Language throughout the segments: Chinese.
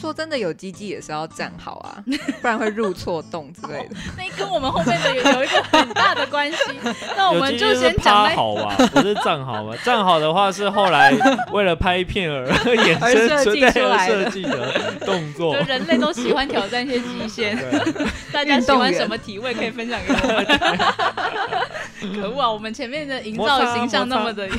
说真的，有鸡鸡也是要站好 啊，不然会入错洞之类的。那跟我们后面的有有一个很大的关系。那我有们机就就先是讲趴在好吧，不是站好吧？站好的话是后来为了拍片而 衍生出而设计出而来的设计的动作就。人类都喜欢挑战一些极限， 对，大家喜欢什么体位可以分享给我们？可恶啊！我们前面的营造的形象那么的，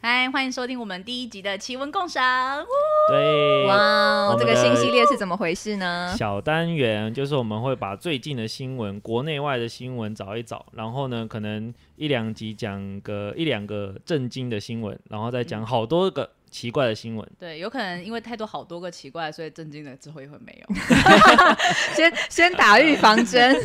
嗨，欢迎收听我们第一集的奇闻共赏。对哇哦我，这们的个新系列是怎么回事呢？小单元就是我们会把最近的新闻、国内外的新闻找一找，然后呢，可能一两集讲个一两个震惊的新闻，然后再嗯讲好多个奇怪的新闻。对，有可能因为太多好多个奇怪，所以震惊的之后也会没有。 先先打预防针。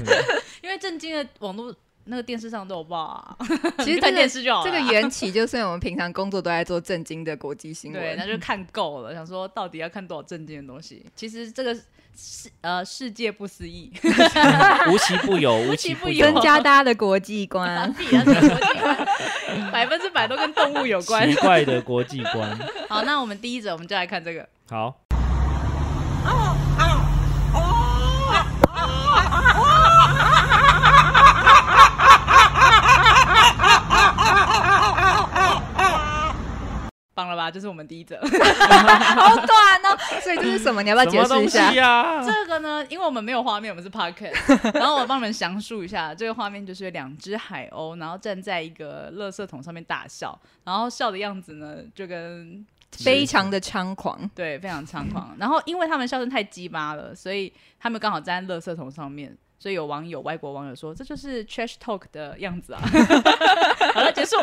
因为震惊的网络那个电视上都有报啊， 其你实看这电个视 就好了。这个缘起就是我们平常工作都在做震惊的国际新对，那闻。就看够了，想说到底要看多少震惊的东西。其实这个世呃世界不思议，无奇不 有，无奇奇不不有。有 增。加大家的国际观 自己要怎么去 百分之百都跟动物有关奇。怪的国际观。好，那我们第一则我们就来看这个。好，棒了吧？这是我们第一则。好短哦，所以这是什么？啊你要不要什解么释东一西下？ 呀？这个呢，因为我们没有画面，我们是 podcast，然后 我帮你们详述一下，这个画面就是两只海鸥，然后站在一个垃圾桶上面大笑，然后笑的样子呢，就跟非常的猖 狂，对，非常猖狂。然后因为他们笑声太鸡巴了，所以他们刚好站在垃圾桶上面，所以有网友外国网友说这就是 trash talk 的样子啊。 好了，结束。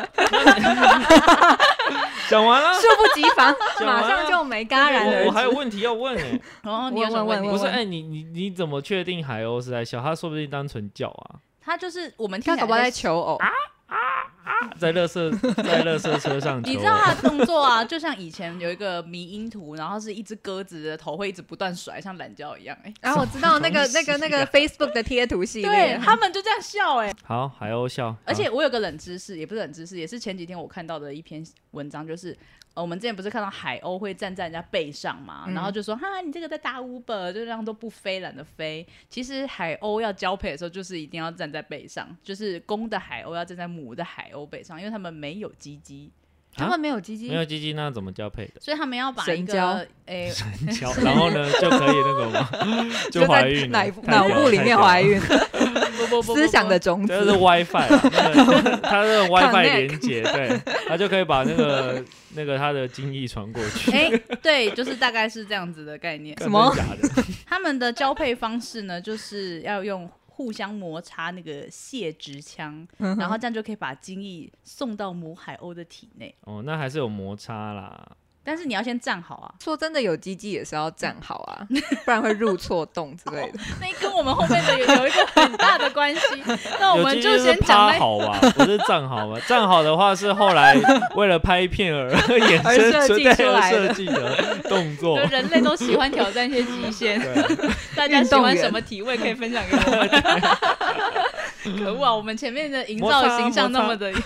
讲完了。猝不及防，讲完马了上就没戛然我我还而有止。问题要问哎、 然后你有问什么问问问题？问，不是哎、你你你怎么确定海鸥是在笑？他说不定单纯叫啊，他就是我们他听起搞来不好在就是求偶，在乐色在乐色 车上求你偶。知哦道他的动作啊，就像以前有一个迷音图，然后是一只鸽子的头会一直不断甩，像懒觉一样、哎，然后我知道那个那个那个 Facebook 的贴图系对列，他们就这样笑、哎。好，海鸥笑，而且我有个冷知识，也不是冷知识，也是前几天我看到的一篇文章，就是、呃、我们之前不是看到海鸥会站在人家背上嘛，嗯然后就说哈你这个在打 Uber，就这样都不飞，懒得飞。其实海鸥要交配的时候，就是一定要站在背上，就是公的海鸥要站在母的海鸥背上，因为它们没有鸡鸡，他们没有鸡好鸡没，有鸡鸡，那怎么交配的？ 所以他们要把一神交个诶、交，然后呢就可以那个吗？ 就怀在孕了脑太屌脑部里面怀。 孕，不不不思想的种太屌这是子。 WiFi，啊那个它的 WiFi Connect 连接，对，它就可以把那个那个它的精液传过去。哎、对，就是大概是这样子的概念。干什么真假的？他们的交配方式呢，就是要用互相摩擦那个泄殖腔，嗯然后这样就可以把精液送到母海鸥的体内。哦，那还是有摩擦啦。但是你要先站好啊， 说真的，有鸡鸡也是要站好 啊，不然会入错洞之类的。那跟我们后面的有有一个很大的关 系。那我有们机是先讲趴在好吧，不是站好吧？站好的话是后来为了拍片而 衍生而设计对出来的设计的动作就。人类都喜欢挑战一些极限，对，大家喜欢什么体位可以分享给我们。可恶啊！我们 前面的营造的形象那么的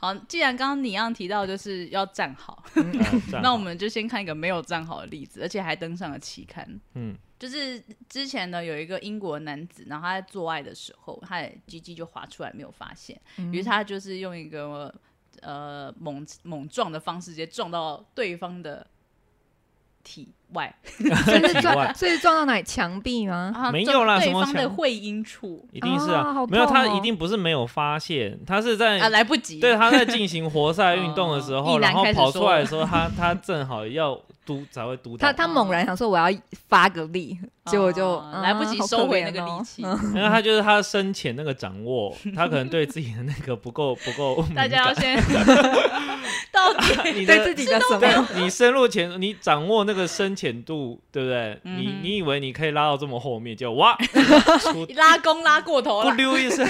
好，既然刚刚你让提到就是要站好，嗯站那我好们就先看一个没有站好的例子，而且还登上了期刊。嗯，就是之前呢，有一个英国男子，然后他在做爱的时候，他的鸡鸡就滑出来，没有发现，嗯嗯于是他就是用一个呃猛猛撞的方式，直接撞到对方的体外，所以是体外撞，所以是撞到哪里墙壁吗？然后没撞有啦对什么方的墙会阴处一定是啊，啊好没有他痛哦一定不是没有发现，他是在、啊，来不及，对他在进行活塞运动的时候，哦然后一男开始跑出来的时候，他他正好要嘟才会嘟到他，他猛然想说我要发个力，啊，结果就来不及收回那个力力。气。因为他就是他生前 那个掌握，他可能对自己的那个不够不够大家要敏感先， 到底 你对的自己的什么？对你深入浅，你掌握那个深浅度，对不对？嗯哼你你以为你可以拉到这么后面，就 哇，出拉弓拉过头不了，溜一声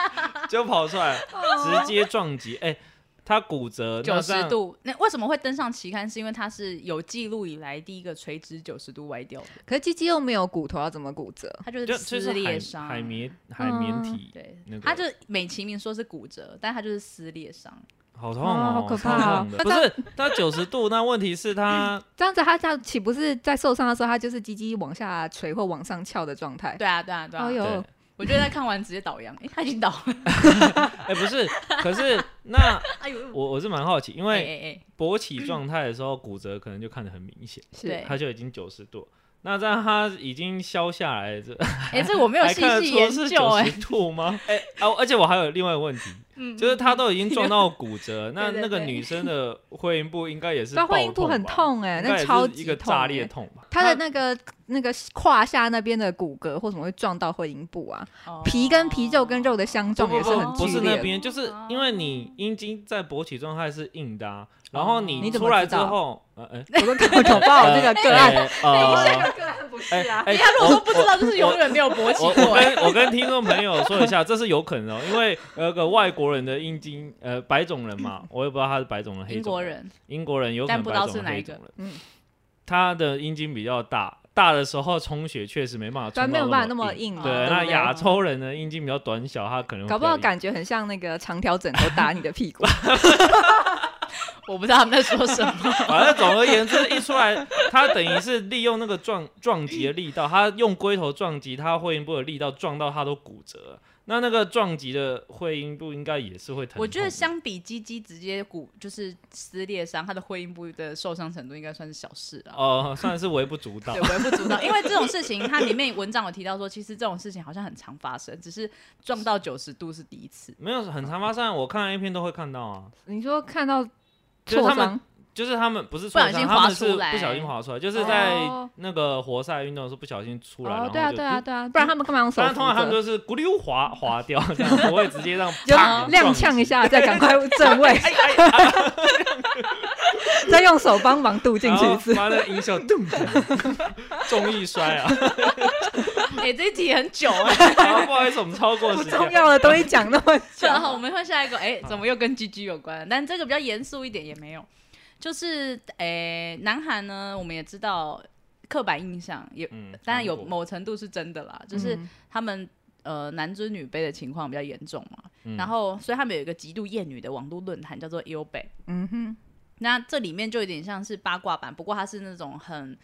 就跑出 来，直接撞击。哎、他骨折，哦九那十这样度。那为什么会登上期刊？是因为它是有记录以来第一个垂直九十度歪掉的，可是鸡鸡又没有骨头，要怎么骨折？它就哦就是就是撕海裂伤。嗯海绵海绵体，对那，个它就是美其名说是骨折，但它就是撕裂伤。好痛哦，啊好可怕超哦痛那的不 是他九十度，那问题是他这样子他这样岂不是在受伤的时候，他就是鸡鸡往下垂或往上翘的状态？对啊，对啊，对啊哎。呦对，我觉得他看完直接倒羊，哎，他已经倒了。哎不是，可是那哎呦，我我是蛮好奇，因哎为哎哎，勃起状态的时候骨折可能就看得很明显，对他就已经九十度。那这样他已经消下来，这哎，这我没有还细看得细出研欸是究，九哎十，度 吗？哎、啊！而且我还有另外一个问题，嗯 就是他都已经撞到骨 折，那对对那个对女生的会阴部应该也是对啊，爆会阴部很吧，痛哎、应该那也超是级一个痛炸哎裂痛吧？他的那个那个胯下那边的骨骼或什么会撞到会阴部啊，哦皮跟皮肉跟肉的相撞不也不是很不，剧不烈的。哦是那边，就是因为你阴茎在勃起状态是硬的、啊，然后你哦怎出么来知之道后，呃呃，我都 搞搞不好这个个案。 呃，呃个案不是哎哎，哎，他如果我说不知道，就是永远没有勃我起我过。欸哎跟我跟听众朋友说一下，这是有可能哦，因为那个外国人的阴茎，呃，白种人嘛，我也不知道他是白种人、黑英种国人，人，英国人有可但能不白知道种是人、哪黑一种个人，嗯他的阴茎比较大，大的时候充血确实没办法对，啊冲没有到办法那么么硬。硬嘛。对，啊不那亚洲人的阴茎比较短小，他可能会搞不好比较硬感觉很像那个长条枕头打你的屁股，我不知道他们在说什 么。反正啊总而言之，一出来，他等于是利用那个撞撞击的力道，他用龟头撞击他会阴部的力道，撞到他都骨折了。那那个撞击的会阴部应该也是会疼痛的。我觉得相比鸡鸡直接骨就是撕裂伤，它的会阴部的受伤程度应该算是小事啊。哦、算是微不足道对，。微不足道，因为这种事情，它里面文章有提到说，其实这种事情好像很常发生，只是撞到九十度是第一次。没有很常发生，我看 A 片都会看到啊，你说看到就是挫他们伤，就是他们不是不小挫伤心他滑们是出来不小心滑出来，就是在哦那个活塞运动的时候不小心出来，哦，对然后啊就对啊，对啊，不然他们干嘛用手当扶然通常他们着？就是咕溜滑滑掉，这样不会直接让 就啪踉跄一，下，再赶快正位，撞击哎哎啊再用手帮忙渡进去一次然后。把那个音效咚，重力 摔啊！哎、这一集很久哎、 啊不好意思，我们超过不时重间。要的东西讲那么久，啊 然后我们换下一个，哎、怎么又跟 GG 有关？但这个比较严肃一点也没有，就是哎、南韩呢，我们也知道刻板印象也，嗯当然有韩国某程度是真的啦，就是嗯他们。呃，男尊女卑的情况比较严重嘛，嗯然后所以他们有一个极度厌女的网络论坛叫做 U 北，嗯哼，那这里面就有点像是八卦版，不过它是那种很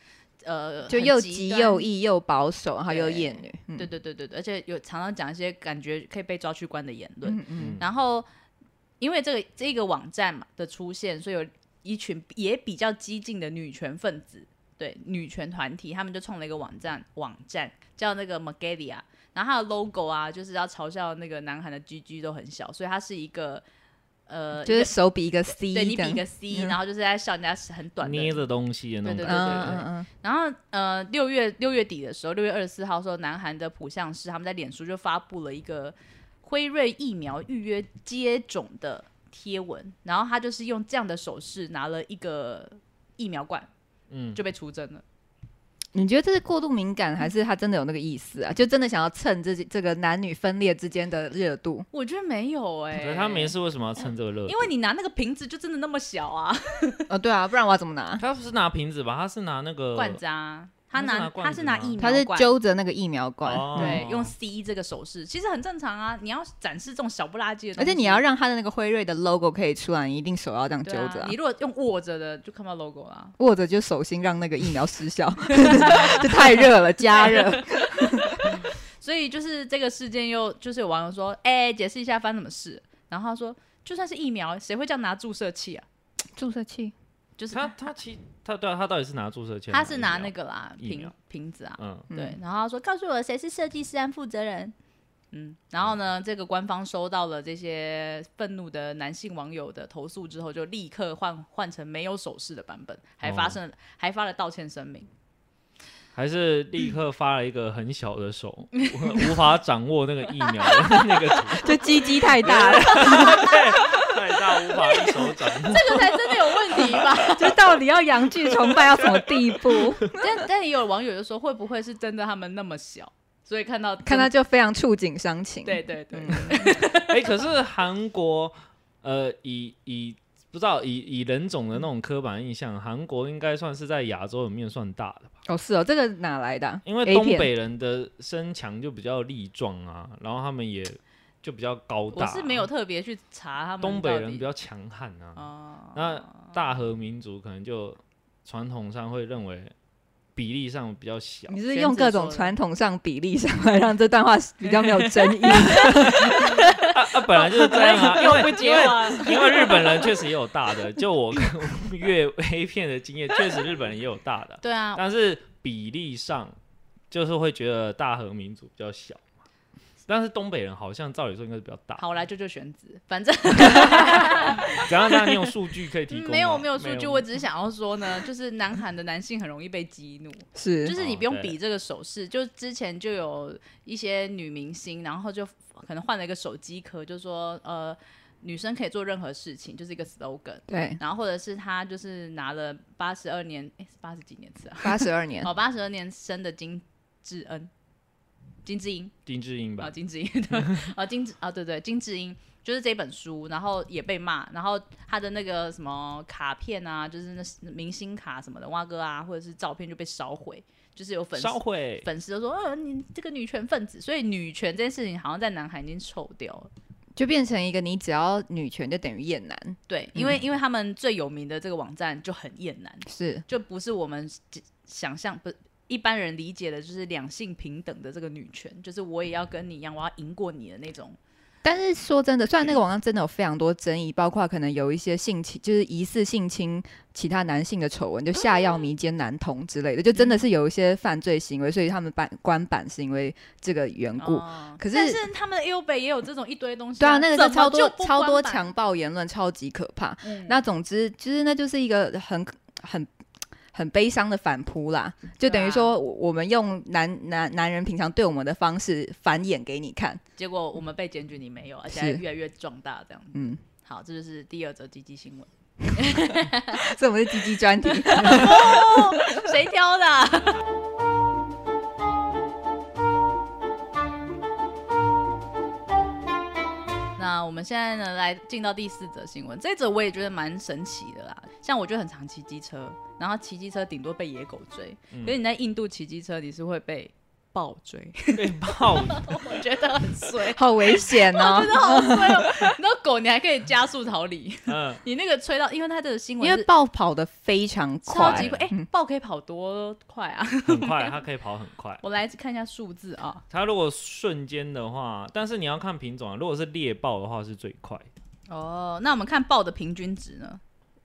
呃，就很又极急端又。义又保守，然后又对厌女，嗯对对对对对，而且有常常讲一些感觉可以被抓去关的言论。嗯嗯，然后因为这个这个网站嘛的出现，所以有一群也比较激进的女权分子，对女权团体，他们就创了一个网站，网站叫那个 Magalia，然后它的 logo 啊，就是要嘲笑那个南韩的 GG 都很小，所以它是一个呃，就一是个手比一个 C，对你这比样一个 C，、嗯然后就是在笑人家是很短的捏着东西的那种对感对嗯觉。嗯嗯，然后呃，六月六月底的时候，六月二十四号的时候，南韩的浦项市他们在脸书就发布了一个辉瑞疫苗预约接种的贴文，然后他就是用这样的手势拿了一个疫苗罐嗯，就被出征了。你觉得这是过度敏感，还是他真的有那个意思啊？就真的想要蹭这这个男女分裂之间的热度？我觉得没有哎、可是嗯他没，事，为什么要趁这个热度？因为你拿那个瓶子就真的那么小啊， 哦，对啊，不然我要怎么拿？他不是拿瓶子吧？他是拿那个罐子啊，他那是拿拿罐他子是拿吗疫苗他罐，是揪着那个疫苗罐，哦嗯对，用 C 这个手势其实很正常啊。你要展示这种小不拉几的东而西，且你要让他的那个辉瑞的 logo 可以出来，你一定手要这样揪对啊着啊你。如果用握着的，就看不到 logo 啊啦。握着就手心让那个疫苗失 效，就太热了，加热。所以就是这个事件又就是有网友说，哎、解释一下发生什么事。然后他说，就算是疫苗，谁会这样拿注射器啊？注射器就是他他其他对啊，他到底是拿注射器？他是拿那个啦疫苗瓶瓶子啊，嗯，嗯对。然后他说，告诉我谁是设计师和负责人。嗯，然后呢，这个官方收到了这些愤怒的男性网友的投诉之后，就立刻换换成没有手势的版本，还哦发生、还发了道歉声明。 还是立刻发了一个很小的手， 无无法掌握那个疫苗的那个图， 就鸡鸡太大了， 对，太大大无法一手掌握。这个才真的有问题吧？就到底要洋剧崇拜要什么地 步？但但也有网友就说，会不会是真的他们那么小，所以看到看他就非常触景嗯伤情。对对对， 哎、可是韩国，呃，以以不知道以以人种的那种刻板印象，韩国应该算是在亚洲里面算大的吧，哦，是哦，这个哪来的啊、因为 A 东片北人的身强就比较力壮啊，然后他们也就比较高大、啊我是没有，特别去查他们东北到人底比较强悍啊，哦，那 大和民族可能就传统上会认为比例上比较小。你是选用址各说种的传统上比例上来让这段话比较没有争 议。，啊啊，本来就是这样啊，因为不结婚，因为日本人确实也有大的，就我跟越 A 片的经验，确实日本人也有 大的，对啊，但是比例上就是会觉得大和民族比较小嘛但是东北人好像照理说应该是比较大。好，我来舅舅选址，反正怎样？那你有数据可 以提供吗？啊没有没有数据，我只是想要说呢，就是南韩的男性很容易被激怒，就是是你哦不用 对比这个手势，就之前就有一些女明星，然后就可能换了一个手机壳，就说呃女生可以做任何事情，就是一个 slogan。对，然后或者是她就是拿了八十二年，哎，八十几年次啊，八十二年哎哦，八十二年生的金智恩，金智英，丁志英啊，吧。金智英对，啊金智啊对对金智英就是这本书，然后也被骂，然后他的那个什么卡片啊，就是那明星卡什么的，蛙哥啊，或者是照片就被烧毁，就是有粉丝烧毁，粉丝都说，呃，你这个女权分子，所以女权这件事情好像在南韩已经臭掉了。就变成一个你只要女权就等于厌男，对，因嗯为、因为他们最有名的这个网站就很厌男，是就不是我们想象不一般人理解的，就是两性平等的这个女权，就是我也要跟你一样，我要赢过你的那种。但是说真的，虽然那个网上真的有非常多争议，包括可能有一些性侵，就是疑似性侵其他男性的丑闻，就下药迷奸男童之类的，就真嗯的是有一些犯罪行为，所以他们版关版是因为这个缘故。哦可是但是他们的 U 北也有这种一堆东西、对啊，那个怎就么超多就不超多关版，强暴言论，超级可怕。嗯那总之，其实那就是一个很很。很悲伤的反扑啦，啊就等于说我我们用男男男人平常对我们的方式反演给你看，结果我们被检举，你没有，而且还是越来越壮大这样子。嗯， 好，这就是第二则积极新闻，所以我们是鸡鸡专题。谁挑的 啊、那我们现在呢，来进到第四则新闻。这则我也觉得蛮神奇的啦。像我就很常骑机车，然后骑机车顶多被野狗追，嗯可是你在印度骑机车，你是会被暴追，被爆， 我觉得很 衰。好危险哦！真的好衰哦！你知道狗，你还可以加速逃离，嗯，你那个吹到，因为它的新闻因为是豹跑得非常超快，级快，哎、嗯豹可以跑多快啊？很快，它可以跑很快。我来看一下数字啊，它如果瞬间的话，但是你要看品种啊。如果是猎豹的话，是最快。哦，那我们看豹的平均值呢？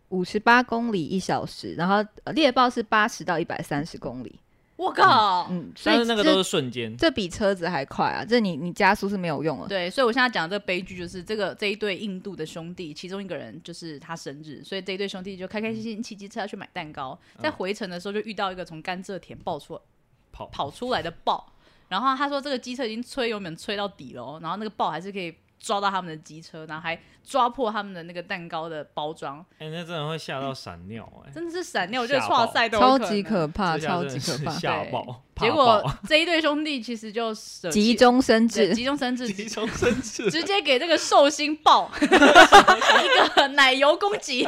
五十八公里一小时，然后呃猎豹是八十到一百三十公里，我靠！嗯，所以但是那个这都是瞬间，这比车子还快啊！这你你加速是没有用了，嗯对，所以我现在讲的这个悲剧就是这个这一对印度的兄弟，其中一个人就是他生日，所以这一对兄弟就开开心心骑机车要去买蛋糕，在回程的时候就遇到一个从甘蔗田爆出跑跑出来的豹，然后他说这个机车已经吹油门吹到底了哦，然后那个豹还是可以抓到他们的机车，然后还抓破他们的那个蛋糕的包装，哎、那真的会吓到闪尿、哎、嗯真的是闪尿，我觉得吓哇爆塞都有超能级可怕，这啊下超真级的可是怕，吓对爆，结怕果爆这一对兄弟其实就舍急弃中生对智，急中生智， 急中生 智，直接给这个寿星抱 一个奶油攻击，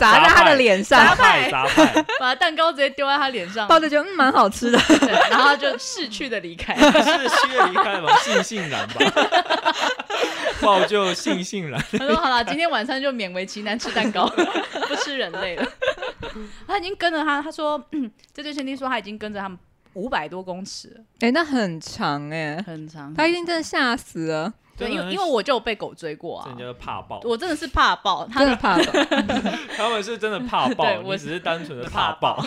砸在他的脸砸上，派砸派，把蛋糕直接丢在他脸上，豹就觉得嗯蛮好吃的， 对然后他就逝去的离开。是需要离开吧，悻悻然吧，爆就悻悻然，他说：“好了，今天晚上就勉为其难吃蛋糕， 不吃人类了。”他已经跟着他，他说：“嗯，这对兄弟说他已经跟着他们五百多公尺了，哎，那很长哎，很长。他一定真的吓死了，对，因为真的因为我就有被狗追过真啊的，叫怕爆，我真的是怕爆他真的怕了，他们是真的怕对爆，我你只是单纯的怕爆，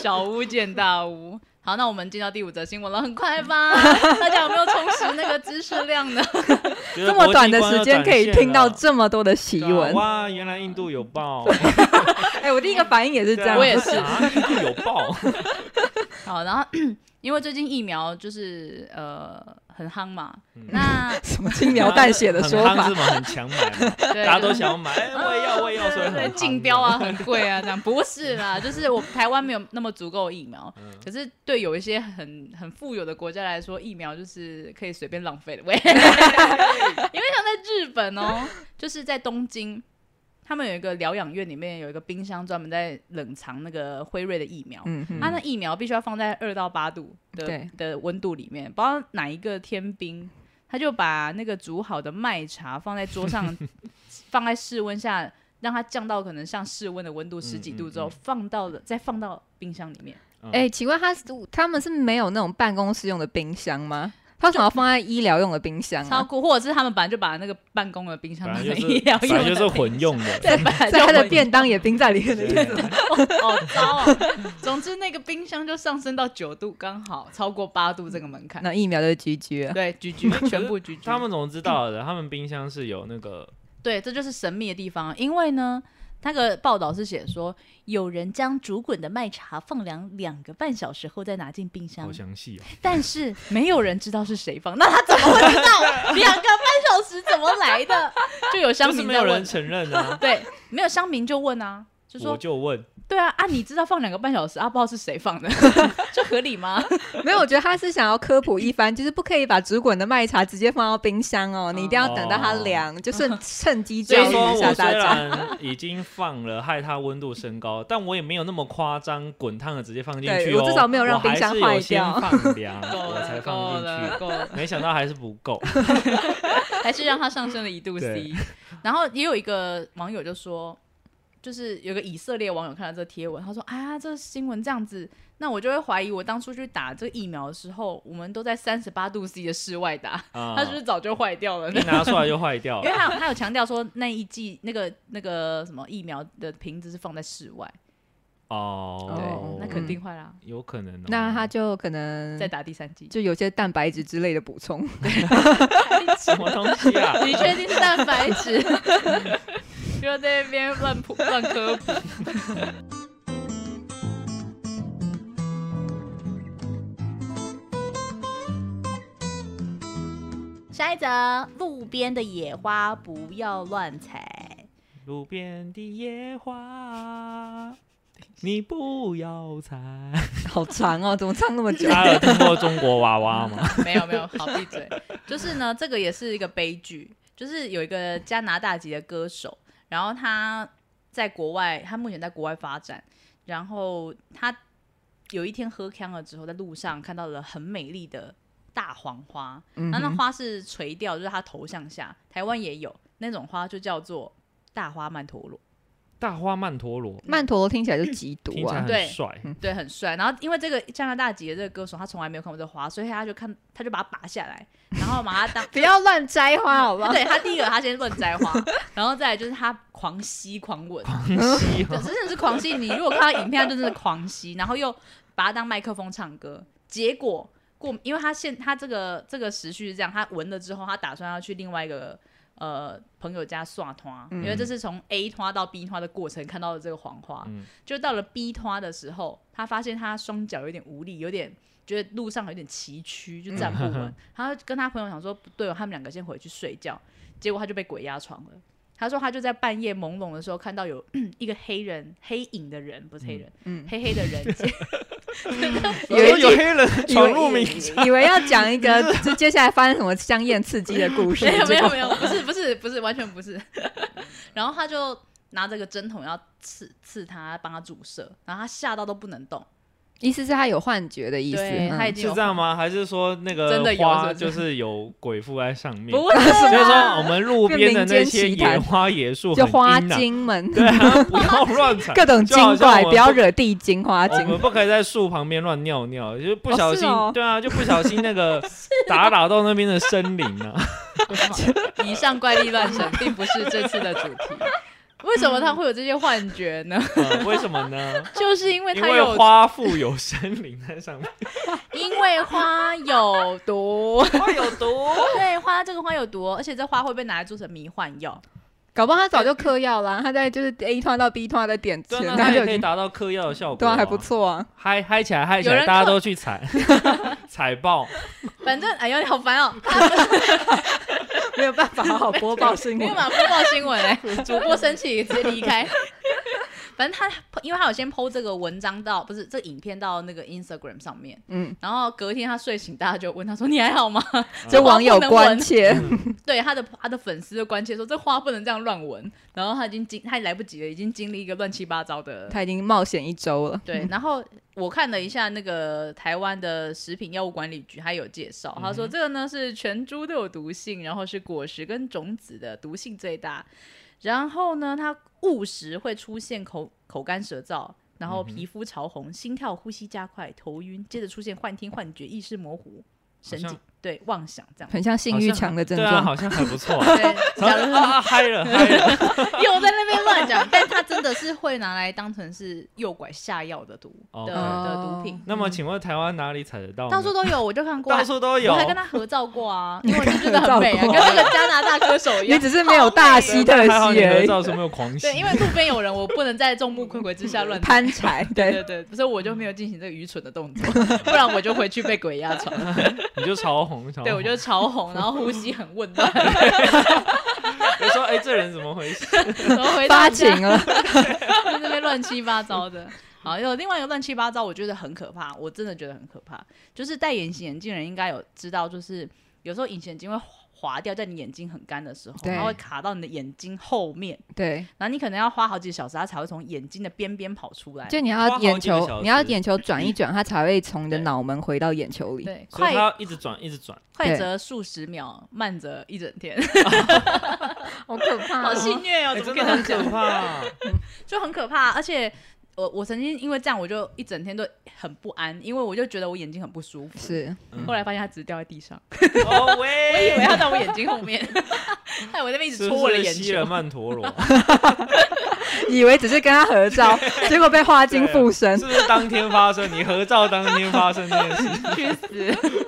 小巫见大巫。好，那我们进到第五则新闻了，很快吧？大家有没有充实那个知识量呢？这么短的时间可以听到这么多的奇疑闻，啊哇，原来印度有爆，啊哎，我第一个反应也是这样，我也是啊印度有爆，好，然后 因因为最近疫苗就是呃很夯嘛，嗯 那什么轻描淡写的说很夯法是，吗？很强买嘛，大大家都想买，哎我也要，我也要，所以对很对，夯竞标啊，很贵啊，这样不是 啦，就是我台湾没有那么足够疫苗，嗯可是对有一些很很富有的国家来说，疫苗就是可以随便浪费的。喂， 因为像在日本哦，就是在东京，他们有一个疗养院，里面有一个冰箱专门在冷藏那个辉瑞的疫苗。嗯哼啊它那疫苗必须要放在二到八度的对的温度里面，不知道哪一个天兵，他就把那个煮好的麦茶放在桌上， 放在室温下，让它降到可能像室温的温度十几度之后，嗯嗯放到了再放到冰箱里面。哎、请问他是他们是没有那种办公室用的冰箱吗？他为什么要放在医疗用的冰箱超啊？过，或者是他们本来就把那个办公的冰箱本当来成就是医疗本用的冰来箱，就是混用的，对，本来所以就他的混便当也冰在里 面的意思吗。好糟啊！总之那个冰箱就上升到九度，刚好超过八度这个门槛。 那疫苗就是 GG 了。对，居居全部居居，他们怎么知道的？他们冰箱是有那个对，这就是神秘的地方。啊因为呢，那个报道是写说，有人将煮滚的麦茶放凉两个半小时后再拿进冰箱好，详细哦，但是没有人知道是谁放。那他怎么会知道两个半小时怎么来的？就有乡就是民没在有人问，。承认啊对，没有乡民就问啊， 就我说就问，对啊啊，你知道放两个半小时啊，不知道是谁放的， 这合理吗？ 没有，我觉得他是想要科普一番，就是不可以把煮滚的麦茶直接放到冰箱哦，你一定要等到它凉，就顺趁机哦所教以育说一下我虽大家。然已经放了，害它温度升高，但我也没有那么夸张，滚烫的直接放进去对哦。我至少没有让冰箱我还坏是有掉先 放凉，我才够放进了，去。够了。没想到还是不 够， 还是让它上升了一度 C 对。然后也有一个网友就说，就是有个以色列网友看到这贴文，他说：“啊，这新闻这样子，那我就会怀疑我当初去打这个疫苗的时候，我们都在三十八度 C 的室外打，啊它是不是早就坏掉了呢 一？”拿出来就坏掉 因为了。他有他有强调说那一剂那个那个什么疫苗的瓶子是放在室外，对，哦，嗯那肯定坏啦，有可能哦。那他就可能再打第三剂。 就有些蛋白质之类的补充， 什么东西啊？ 你确定是蛋白质？不要在那边乱普乱科普。下一则，路边的野花不要乱采。路边的野花，你不要采。好长哦，怎么唱那么 久？大家有听过中国娃娃吗？没有没有，好闭嘴。就是呢，这个也是一个悲剧，就是有一个加拿大籍的歌手，然后他在国外，他目前在国外发展，然后他有一天喝康了之后，在路上看到了很美丽的大黄花，嗯那那哼花是垂掉，就是它头向下，台湾也有那种花，就叫做大花曼陀罗，大花曼陀罗曼陀罗听起来就极毒听起来啊，对很帅，对，很帅。然后因为这个加拿大籍的这个歌手，他从来没有看过这花，所以他就看，他就把它拔下来，然后把它当 不要乱摘花好不好？对他第一个，他先乱摘花，然后再来就是他狂吸狂吻，西对，真的是狂吸。你如果看到影片，他真的是狂吸，然后又把它当麦克风唱歌。结果过，因为他现他这个这个时序是这样，他闻了之后，他打算要去另外一个呃朋友家刷团，因为这是从 A 团到 B 团的过程看到的这个黄花。嗯就到了 B 团的时候，他发现他双脚有点无力，有点。觉得路上有点崎岖，就站不稳。他就跟他朋友想说，不对哦，他们两个先回去睡觉。结果他就被鬼压床了。他说他就在半夜朦胧的时候看到有一个黑人黑影的人，不是黑人，嗯黑黑的人有一有句黑人以为闯入民 以为要讲一个就接下来发生什么香艳刺激的故事，没有没结有果没有，不是不是不是，完全不是。然后他就拿这个针筒要刺刺他，帮他注射，然后他吓到都不能动，意思是他有幻觉的意思，对他已嗯经是有这样吗？还是说那个真的有花是不是就是有鬼附在上面？不是所以说我们路边的那些变民间奇野谈花野树就很花阴啊，精们。 对啊，不要乱采。各种就好精像怪，我不要们惹地精花我精。们不可以在树旁边乱尿尿，就是不哦小是心，哦对啊，就不小心那个打扰到那边的森林了、啊。以上怪力乱神并不是这次的主题。为什么他会有这些幻觉呢？嗯为什么呢？就是因为 因他为有，花附有森林在上面，因为花有毒。 花有毒。对，花这个花有毒，而且这花会被拿来做成迷幻药。搞不好他早就嗑药啦，他在就是 A 团到 B 团的点对钱，啊，那他它就也已可以经达到嗑药的效果、对啊，还不。错啊。嗨嗨起来，嗨起有来，人大家嗑都去踩， 踩爆。反正哎呦，你好烦哦， 没有办法好好播报新没闻有。办法播报新闻哎、 主播生气直接离开。反正他，因为他有先 PO 这个文章到，不是这个影片到那个 Instagram 上面，嗯，然后隔天他睡醒，大家就问他说：“你还好吗就网友关切，？”对，他的他的粉丝就关切说：“这花不能这样乱闻。”然后他已经经他来不及了，已经经历一个乱七八糟的。他已经冒险一周了。对，然后我看了一下那个台湾的食品药物管理局，它有介绍，他嗯说这个呢是全株都有毒性，然后是果实跟种子的毒性最大，然后呢它误食会出现口口干舌燥，然嗯后皮肤潮红、心跳、呼吸加快、头晕，接着出现幻听、幻觉、意识模糊、神经好像对妄想这 样。很像性欲强的症对啊，状，好像还不错。 对，然后就啊嗨 了，嗨了。又在那边乱讲，但它真的是会拿来当成是诱拐下药的 毒哦的的毒品。那么，请问台湾哪里踩得到呢？到处都有，我就看过，啊 到处都有我还。跟他合照 过啊，因为我就觉跟得他很美啊，合照跟过那个加拿大歌手一你样。只是没有大吸特 还好吸你而合已。照时没有狂喜对，。因为路边有人，我不能在众目睽睽之下乱攀柴，对对对，所以我就没有进行这个愚蠢的动作， 不然我就回去被鬼压床。 你就潮红，潮红。对，我就潮红，然后呼吸很混 乱，我说，哎，这人怎么回事？然后回到发家情啊了，在那边乱七八糟的。好，有另外一个乱七八糟，我觉得很可怕，我真的觉得很可怕。就是戴隐形眼镜的人应该有知道，就是有时候隐形眼镜会滑掉，在你眼睛很干的时候，对它会卡到你的眼睛后面，对，然后你可能要花好几个小时，它才会从眼睛的边边跑出来。就你花要好眼几个球小，时你要眼球转一转，它才会从你的脑门回到眼球里。对，所以他快要一直转，一直转。快则数十秒，慢则一整天，好可怕 好戏虐哦，哎，怎么真可的能很 可怕。就很可怕。而且我我曾经因为这样，我就一整天都很不安，因为我就觉得我眼睛很不舒服。是， 后来发现它只是掉在地上，哦我以为喂，它在我眼睛后面， 害我那边一直是戳不我的是眼吸了球。曼陀罗？以为只是跟他合照，结果被花精附身是。不是当天发生？你合照当天发生这件 事？去死！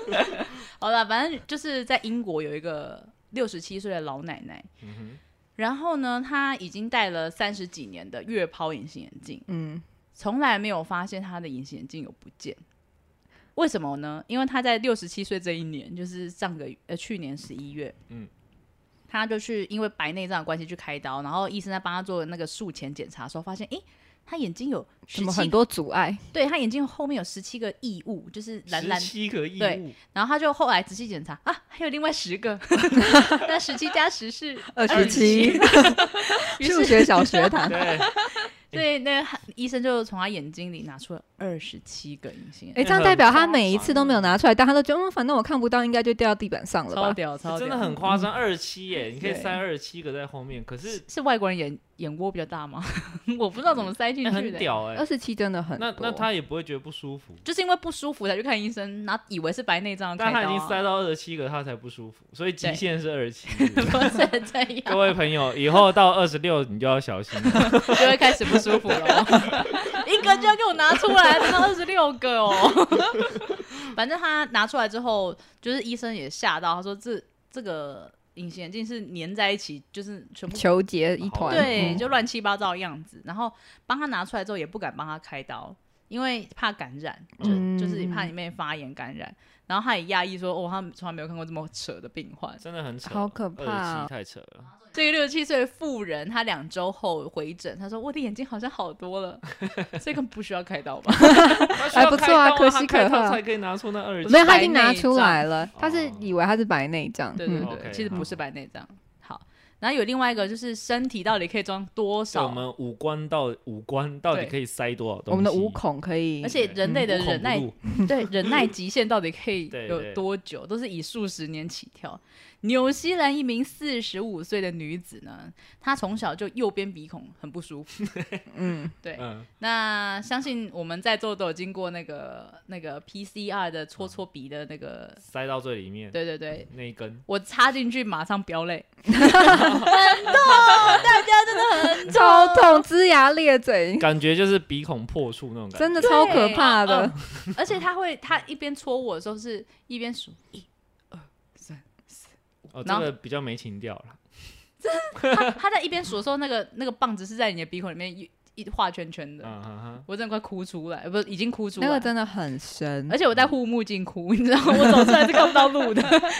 好了，反正就是在英国有一个六十七岁的老奶奶，嗯然后呢，她已经戴了三十几年的月抛隐形眼镜，嗯，从来没有发现她的隐形眼镜有不见。为什么呢？因为她在六十七岁这一年，就是上个呃去年十一月，嗯嗯，她就去因为白内障的关系去开刀，然后医生在帮她做那个术前检查的时候，发现诶，她眼睛有什十么七很，多阻碍，对她眼睛后面有十七个异物，就是蓝哼，蓝十七个异对物，然后他就后来仔细检查啊，还有另外 十个，那十七加十是27于 数是学小 学堂。 对，对，那他医生就从他眼睛里拿出了二十七个隐形眼哎，镜，这样代表他每一次都没有拿出来，但他都觉得，嗯，反正我看不到，应该就掉到地板上了超吧？屌超屌，真的很夸张，二十嗯七耶，你可以对塞二十七个在后面，可是是外国人眼眼窝比较大吗？ 我不知道怎么塞进哎去很的、屌二哎。十七真的很那那多。他也不会觉得不舒服，就是因为不舒服才去看医生，然后以为是白内障开但刀、他啊，已经塞到二十七个，他才不舒服，所以极对限是二十七。 不是这样，各位朋友，以后到二十六你就要小 心了。就会开始不舒服了。哦 一个就要给我拿出来，拿到二十六个哦。 反正他拿出来之后，就是医生也吓到，他说这这个隐形眼镜是粘在一起，就是全部。球结一团，对，嗯就乱七八糟的样子。然后帮他拿出来之后，也不敢帮他开刀，因为怕感染，就、嗯就是怕里面发炎感染。然后他也讶异说：“哦，他从来没有看过这么扯的病患。”真的很扯，好可怕哦二七太扯了。这个六十七岁的妇人，她两周后回诊，她说：“我的眼睛好像好 多了，这个不需要开刀吧还不错啊可喜可贺才可以拿出那二十没有，他白已经拿内出障来了，他是哦以为他是白内障？”，对对嗯对 OK，其实不是白内障。好，然后有另外一个就是身体到底可以装多我少？们五官到五官到底对可以塞多少东西？我们的五孔可以而，且人类的嗯无孔忍不耐入 对忍耐极限到底可以对有对多久，都是以数十年起跳。纽西兰一名四十五岁的女子呢，她从小就右边鼻孔很不舒服。 嗯，对，嗯，那相信我们在座都有经过那个那个 PCR 的搓搓鼻的那个，塞到最里嗯面对对对，那一根，我插进去马上飙泪， 超痛，龇牙咧嘴，感觉就是鼻孔破处那种感觉。真的 超可对怕的嗯。而且他会他一边戳我的时候是一边数，哦，然这后哦个比较没情调了。他他在一边数的时候，那个那个棒子是在你的鼻孔里面一一画圈圈的，嗯哼哼，我真的快哭出来，不是已经哭出来，那个真的很深，而且我在护目镜哭，你知道吗，我走出来是看不到路的， 里面都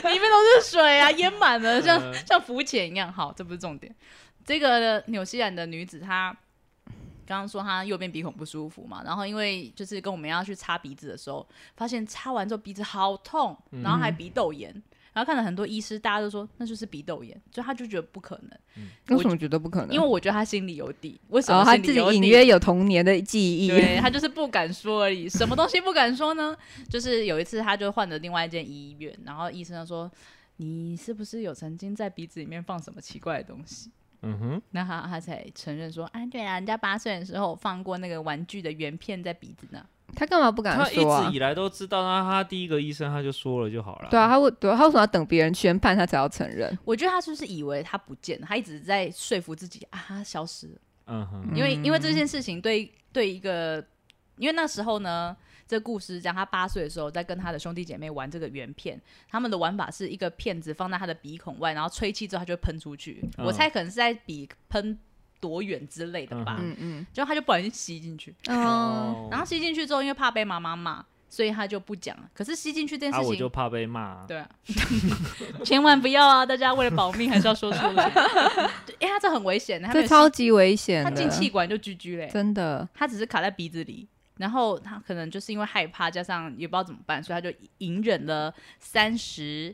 是水啊，淹满了，像嗯像浮潜一样。好，这不是重点。这个纽西兰的女子，她刚刚说她右边鼻孔不舒服嘛，然后因为就是跟我们要去擦鼻子的时候，发现擦完之后鼻子好痛，然嗯后还鼻窦炎。然后看了很多医师，大家都说那就是鼻窦炎，就她就觉得不可能，为什么觉得不可能？因为我觉得她心里有底。为什哦，么他心自里己有底？隐约有童年的记忆， 对他就是不敢说而已，什么东西不敢说呢？ 就是有一次，他就换了另外一间医院，然后医生就说：“你是不是有曾经在鼻子里面放什么奇怪的东西 嗯哼，？”那他他才承认说：“啊，对啦，人家八岁的时候放过那个玩具的圆片在鼻子呢。他干嘛不敢他一说啊直以？来都知道，那他第一个医生他就说了就好了。对啊，，他为对啊他为什么要等别人宣判他才要承认？”我觉得他是不是以为他不见了，他一直在说服自己啊，他消失了。嗯哼，因为因为这件事情对对一个，因为那时候呢，这故事讲他八岁的时候在跟他的兄弟姐妹玩这个圆片，他们的玩法是一个片子放在他的鼻孔外，然后吹气之后他就会喷出去。嗯我猜可能是在比喷多远之类的吧，嗯嗯就他就不小心吸进去，哦，嗯然后吸进去之后，因为怕被妈妈骂，所以他就不讲了。可是吸进去这件啊，事我情，就怕被骂啊。对啊， 千万不要啊！大家为了保命还是要说出来， 对因为他这很危险的，他没这有超吸级危险他的，进气管就 GG 嘞、真的，他只是卡在鼻子里，然后他可能就是因为害怕，加上也不知道怎么办，所以他就隐忍了三十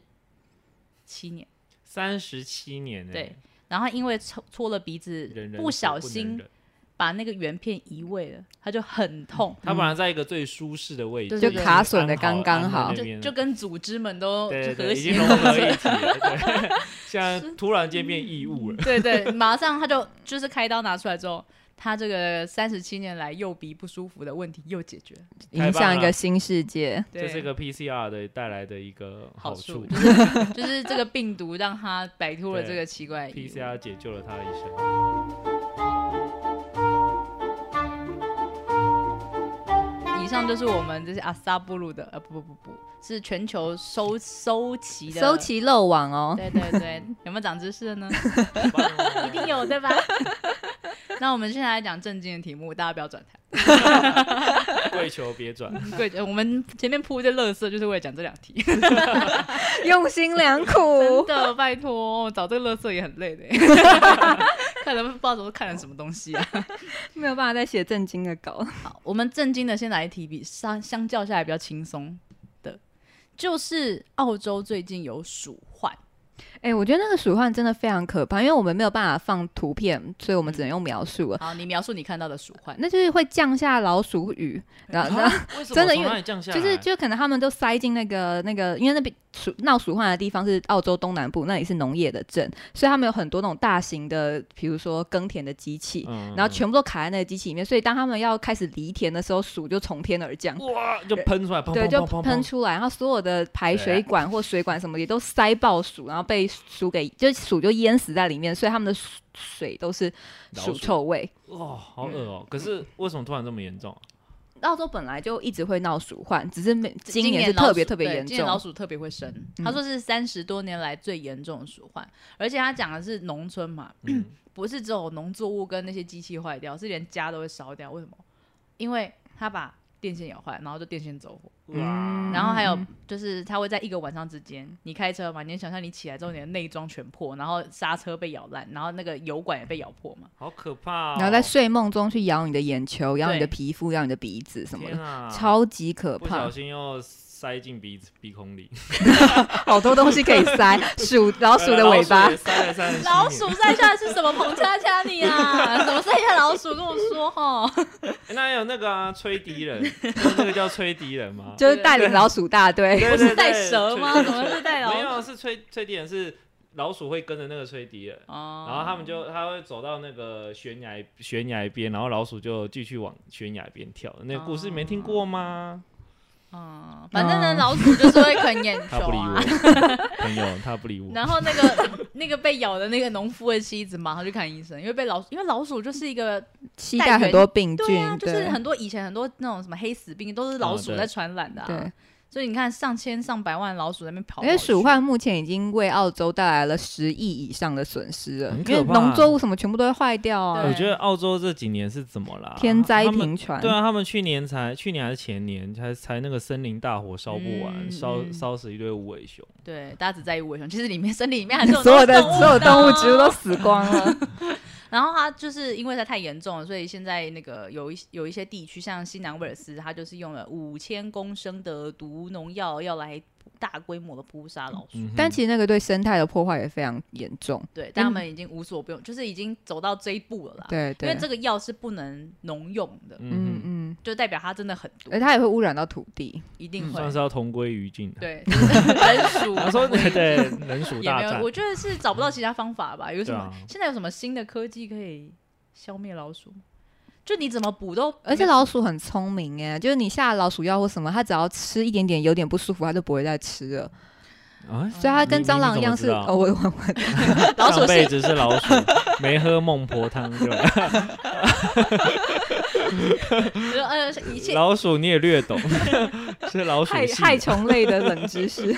七年。三十七年呢，对然后因为戳戳了鼻子，人人都不不小能心忍把那个圆片移位了，他就很痛，他本来在一个最舒适的位置，对对已经就卡损得安刚好刚好安在那就边就跟组织们都对就对，和已经谐融共合存。一体了。对，现在突然间变义务了。 对对，马上他就就是开刀拿出来之后，他这个三十七年来右鼻不舒服的问题又解决了。影响一个新世界，嗯对这是个 PCR 的带来的一个好处处，就是就是这个病毒让他摆脱了对这个奇怪的疑，PCR 解救了他的一生。以上就是我们这些阿萨布鲁的，呃，不不不不，是全球收收集的收。其漏网哦。对对对， 有没有长知识的呢？ 一定 有对吧？ 那我们现在来讲正经的题目，大家不要转台。跪求别转，对，呃我们前面铺一堆乐色，就是为了讲这两 题。用心良真苦。的，拜托，找这个乐色也很 累的。看了不知道都看了什么东西啊。 没有办法再写正经的稿，好， 我们正经的先来一题，比相相较下来比较轻松的，就是澳洲最近有鼠患。哎、我觉得那个鼠患真的非常可怕，因为我们没有办法放图片，所以我们只嗯能用描述了。好，你描述你看到的鼠患。那就是会降下老鼠雨，然后、然后为什么真的从因为哪里啊降下来？就是就可能他们都塞进那个那个，因为那边鼠闹鼠患的地方是澳洲东南部，那里是农业的镇，所以他们有很多那种大型的，比如说耕田的机器，嗯，然后全部都卡在那个机器里面，所以当他们要开始犁田的时候，鼠就从天而降。哇就喷出来，砰对，砰就砰砰喷砰，出来，然后所有的排水管或水管什么也都塞爆鼠，然后被鼠给就鼠就淹死在里面，所以他们的水水都是老鼠鼠臭味。哇，好恶哦！可是为什么突然这么严重啊？澳洲本来就一直会闹鼠患，只是每今年是老鼠特别特别对严今年重。嗯老鼠特别会生。他说是三十多年来最严重的鼠患，而且他讲的是农村嘛，嗯不是只有农作物跟那些机器坏掉，是连家都会烧掉。为什么？因为他把电线咬坏，然后就电线走火，嗯嗯哇，然后还有就是他会在一个晚上之间，你开车嘛，你能想象你起来之后你的内装全破，然后刹车被咬烂，然后那个油管也被咬破嘛，好可怕哦！然后在睡梦中去咬你的眼球，咬你的对皮肤，咬你的鼻子什么天的，啊超级可不小怕，心又塞进鼻子鼻孔里， 好多东西可以 塞，鼠老鼠的尾老巴鼠也。塞了三十七年老鼠晒下来是什么？彭恰恰你啊？ 什么晒下老鼠？跟我说哈。欸那还有那个啊，吹笛人， 就是那个叫吹笛人 吗？就是带领老鼠大队，对不对 是对带蛇吗？吹怎么是带哦没老？有，是吹吹笛人是老鼠会跟着那个吹笛人。哦然后他们就他会走到那个悬崖悬崖边，然后老鼠就继续往悬崖边跳。那个故事没听过吗？嗯，反正呢，嗯老鼠就是会啃眼球他不理啊。我， 朋友他不理我。然后那个那个被咬的那个农夫的妻子马上去看医生，因为被老因为老鼠就是一个期待很多病对菌啊，，就是对很多以前很多那种什么黑死病都是老哦鼠对在传染的、啊对，所以你看上千上百万老鼠在那边跑跑因去，为鼠患目前已经为澳洲带来了十亿以上的损失了，很因可怕为农作物什么全部都会坏掉啊对，我觉得澳洲这几年是怎么啦？天灾他们频传。对啊，他们去年才去年还是前年才才那个森林大火烧不完，嗯烧嗯烧死一堆无尾熊。对大家只在意无尾熊，其实里面森林里面还是所有的很多所有动物的哦植物都死光了，嗯然后它就是因为它太严重了，所以现在那个有一有一些地区，像西南威尔斯，它就是用了五千公升的毒农药，要来大规模的扑杀老鼠。嗯哼但其实那个对生态的破坏也非常严重。对，但他们已经无所不用，就是已经走到这一步了啦。，对因对，为这个药是不能农用的，嗯嗯哼，嗯，就代表它真的很毒而，它也会污染到土地。一定会。呃嗯算是要同归于尽的。嗯对，就是很鼠。 他说对，人鼠也大没战有，我。觉得是找不到其他方法吧。有什么、对啊现在有什么新的科技可以消灭老鼠？就你怎么捕都，而且老鼠很聪明哎，就是你下老鼠药或什么，它只要吃一点点有点不舒服，它就不会再吃了。啊，嗯所以它跟你蟑你螂怎一么样知是道哦，我我老鼠上辈是子是老鼠，没喝孟婆汤对吧？呃一切，老鼠你也略懂，是老鼠害系害虫类的冷知识。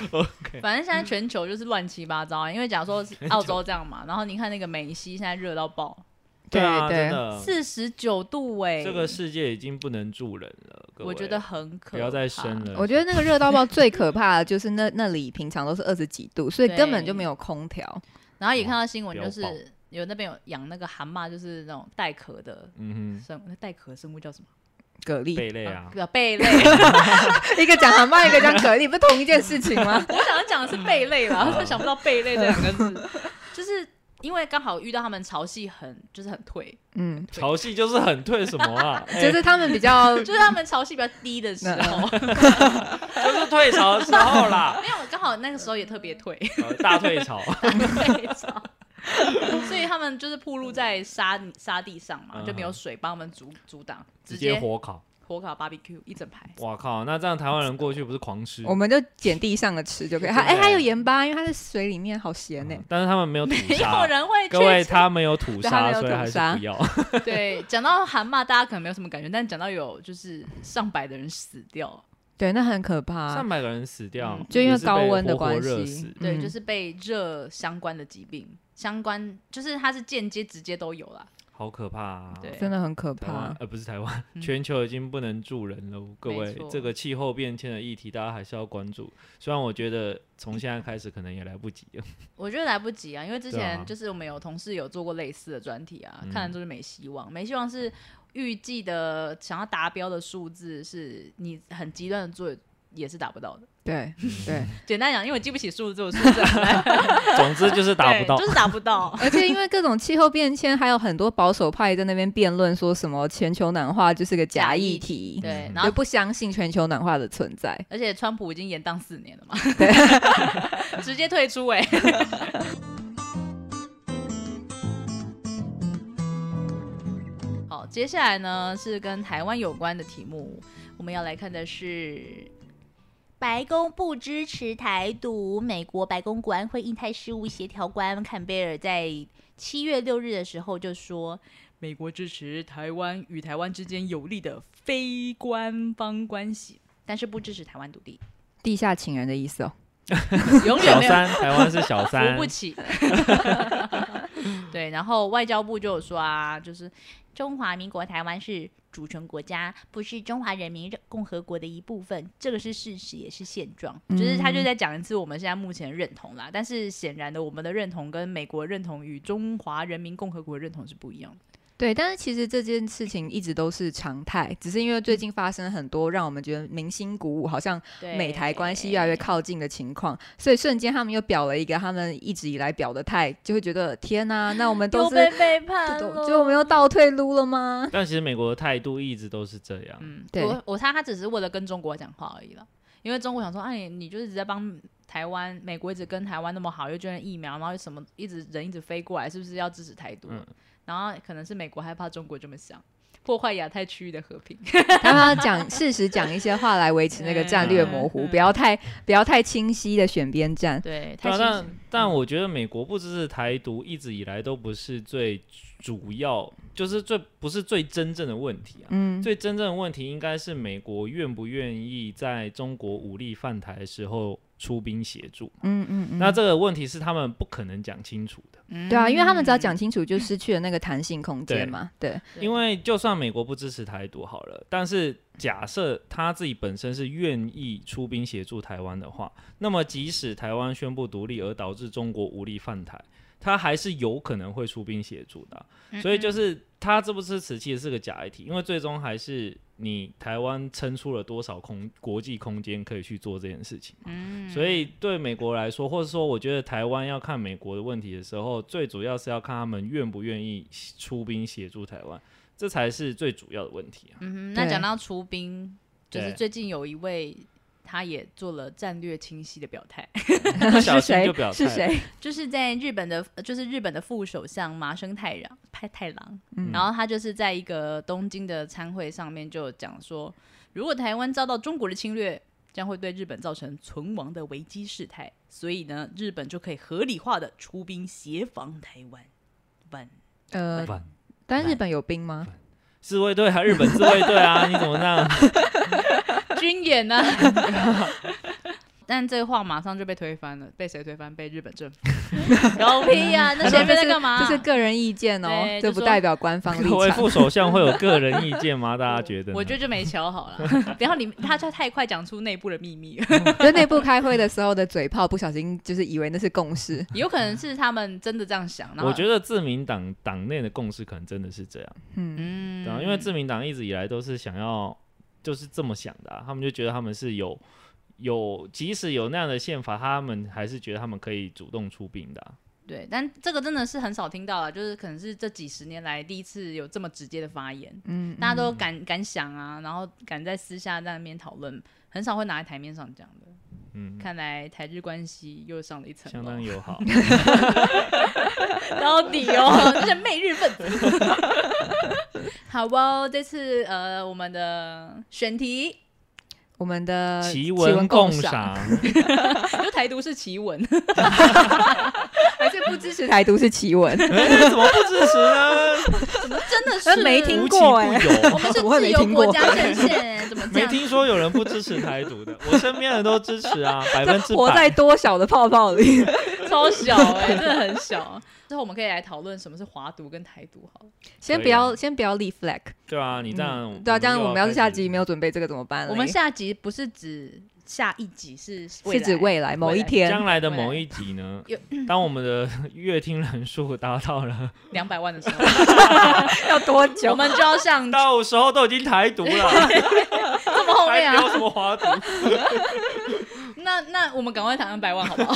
反正现在全球就是乱七八糟啊。因为假如说是澳洲这样嘛，然后你看那个美西现在热到爆， 对 啊，对真的，四十九度哎、这个世界已经不能住人了，各位我觉得很可不要再生怕。了。我觉得那个热到爆最可怕的就是那那里平常都是二十几度，所以根本就没有空调。然后也看到新闻，哇就哦不要是有那边有养那个蛤蟆，就是那种带壳的嗯生那带壳生物叫什么？蛤哼，蜊，贝类啊，叫贝类。一个讲蛤蟆，一个讲蛤蜊，不是同一件事情吗？我想要讲的是贝类 啦，但想不到贝类这两个字，就是因为刚好遇到他们潮汐很就是很退，嗯，潮汐就是很退什么啊？就哎是他们比 较就是他们潮汐比较低的时 候，就是退潮的时候 啦，没有刚好那个时候也特别退，呃大退潮。退潮所以他们就是铺路在沙沙地上嘛，就没有水帮他们阻阻挡，直直接接火烤。火烤 barbecue 一整排。哇靠！那这样台湾人过去不是狂吃？我们就捡地上的吃就可以。它对哎，它有盐巴，因为它在水里面，好咸呢。嗯但是他们没有土没有沙，人会各位去他没有土对他没沙，有所以还土是沙不要。对，讲到韩骂，大家可能没有什么感觉，但讲到有就是上百的人死掉，对，那很可怕上。百个人死掉嗯，就因为也是被高温的活活关热系死对，嗯就是被热相关的疾病，相关就是它是间接、直接都有啦。好可怕啊！对哦真的很可台湾怕。呃不是台湾，嗯全球已经不能住人了。各没位错，这个气候变迁的议题，大家还是要关注。虽然我觉得从现在开始可能也来不 及了。我觉得来不及啊，因为之对啊前就是我们有同事有做过类似的专题啊，嗯看了就是没希望，没希望是预计的想要达标的数字是你很极端的做也是达不到的。对对，简单讲，因为我记不起数字，我数 字很烂总之就是达不对到就。是达不 到。而且因为各种气候变迁，还有很多保守派在那边辩论说什么全球暖化就是个假议题，嗯对，然就后不相信全球暖化的存在。而且川普已经延宕四年了嘛， 直接退出哎、好，接下来呢是跟台湾有关的题目，我们要来看的是白宫不支持台独，美国白宫国安会印太事务协调官坎贝尔在七月六日的时候就说，美国支持台湾与台湾之间有利的非官方关系，但是不支持台湾独 立，地下情人的意思哦，永远小没有三，台湾是小三扶不，起。 对，然后外交部就有说啊，就是中华民国台湾是主权国家，不是中华人民共和国的一部分，这个是事实，也是现状。就是他就在讲一次我们现在目前认同啦，但是显然的，我们的认同跟美国认同与中华人民共和国认同是不一样的。对，但是其实这件事情一直都是常态，只是因为最近发生很多让我们觉得民心鼓舞，好像对美台关系越来越靠近的情况，所以瞬间他们又表了一个他们一直以来表的态，就会觉得天呐，那我们都又是被背叛就了，就我们又倒退撸了 吗？但其实美国的态度一直都是这样。嗯，对我我猜他只是为了跟中国讲话而已了，因为中国想说，哎、你就是一直在帮台湾，美国一直跟台湾那么好，又捐了疫苗，然后又什么一直人一直飞过来，是不是要支持台独？嗯然后可能是美国害怕中国这么想，破坏亚太区域的和平。 他们要讲事实，讲一些话来维持那个战略模糊，嗯不要太不要太清晰的选边站。对，对太嗯啊，现实但但我觉得美国不支持台独，一直以来都不是最主要，就是最不是最真正的问题啊。嗯，最真正的问题应该是美国愿不愿意在中国武力犯台的时候出兵协助。嗯嗯嗯，那这个问题是他们不可能讲清楚的，对啊，因为他们只要讲清楚，就失去了那个弹性空间嘛。对，对因为就算美国不支持台独好了，但是假设他自己本身是愿意出兵协助台湾的话，那么即使台湾宣布独立而导致中国无力犯台，他还是有可能会出兵协助的啊、嗯所以就是他支不支持其实是个假议题，因为最终还是你台湾撑出了多少空国际空间可以去做这件事情。嗯所以对美国来说，或者说我觉得台湾要看美国的问题的时候，最主要是要看他们愿不愿意出兵协助台湾，这才是最主要的问题啊。嗯哼，那对讲到出兵，就是对最近有一位他也做了战略清晰的表态， 不小是心谁就表？态是谁？就是在日本的，就是日本的副首相麻生太郎派太郎，嗯然后他就是在一个东京的参会上面就讲说，如果台湾遭到中国的侵略。将会对日本造成存亡的危机事态，所以呢，日本就可以合理化的出兵协防台湾。万呃，反但日本有兵吗？自卫队啊，日本自卫队啊，你怎么 那样？军演呢、 但这话马上就被推翻了，被谁推翻？被日本 政府。狗屁呀、那谁这被在是干嘛？这是个人意见哦对，这就不说代表官方立各位场。副首相会有个人意见吗？大家觉得呢？我觉得就没瞧好了。 然后你他他太快讲出内部的秘密， 就内部开会的时候的嘴炮，不小心就是以为那是共识。有可能是他们真的这样想。然后我觉得自民党党内的共识可能真的是这样，嗯，嗯对啊，因为自民党一直以来都是想要就是这么想的、啊，他们就觉得他们是有有，即使有那样的宪法，他们还是觉得他们可以主动出兵的啊、对，但这个真的是很少听到了，就是可能是这几十年来第一次有这么直接的发言。嗯大家都敢敢想啊，然后敢在私下在那边讨论，很少会拿在台面上讲的。嗯，看来台日关系又上了一层相楼当。友好。到底 哦，这是媚日分子。 好哦，这次呃，我们的选题我们的奇闻闻共赏，赏，就台独是奇闻，还是不支持台独是奇闻？哎怎么不支持呢？真的呃是没听无奇过哎 不有， 我们是我也没自由听过国家阵线，怎么这没样？听说有人不支持台独的，我身边人都支持啊， 百分之活在百。多小的泡泡里？超小哎、真的很小。之后我们可以来讨论什么是华独跟台独好了。先不要，先不要立 flag。对啊，你这样、对啊，这样我们要是下集集没有准备这个怎么办嘞？我们下集不是指下一集，是是指未来某一天将，来的某一集呢有，当我们的 阅听人数达到了， 两百万的时候，要多久？我们 就要上这到时候都已经台独了，么后面还啊没有。什么华独。 那那我们赶快谈两百万好不好？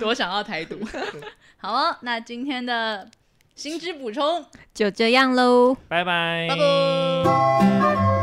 多想要台独。 好哦，那今天的新知补充就这样喽。拜拜。拜拜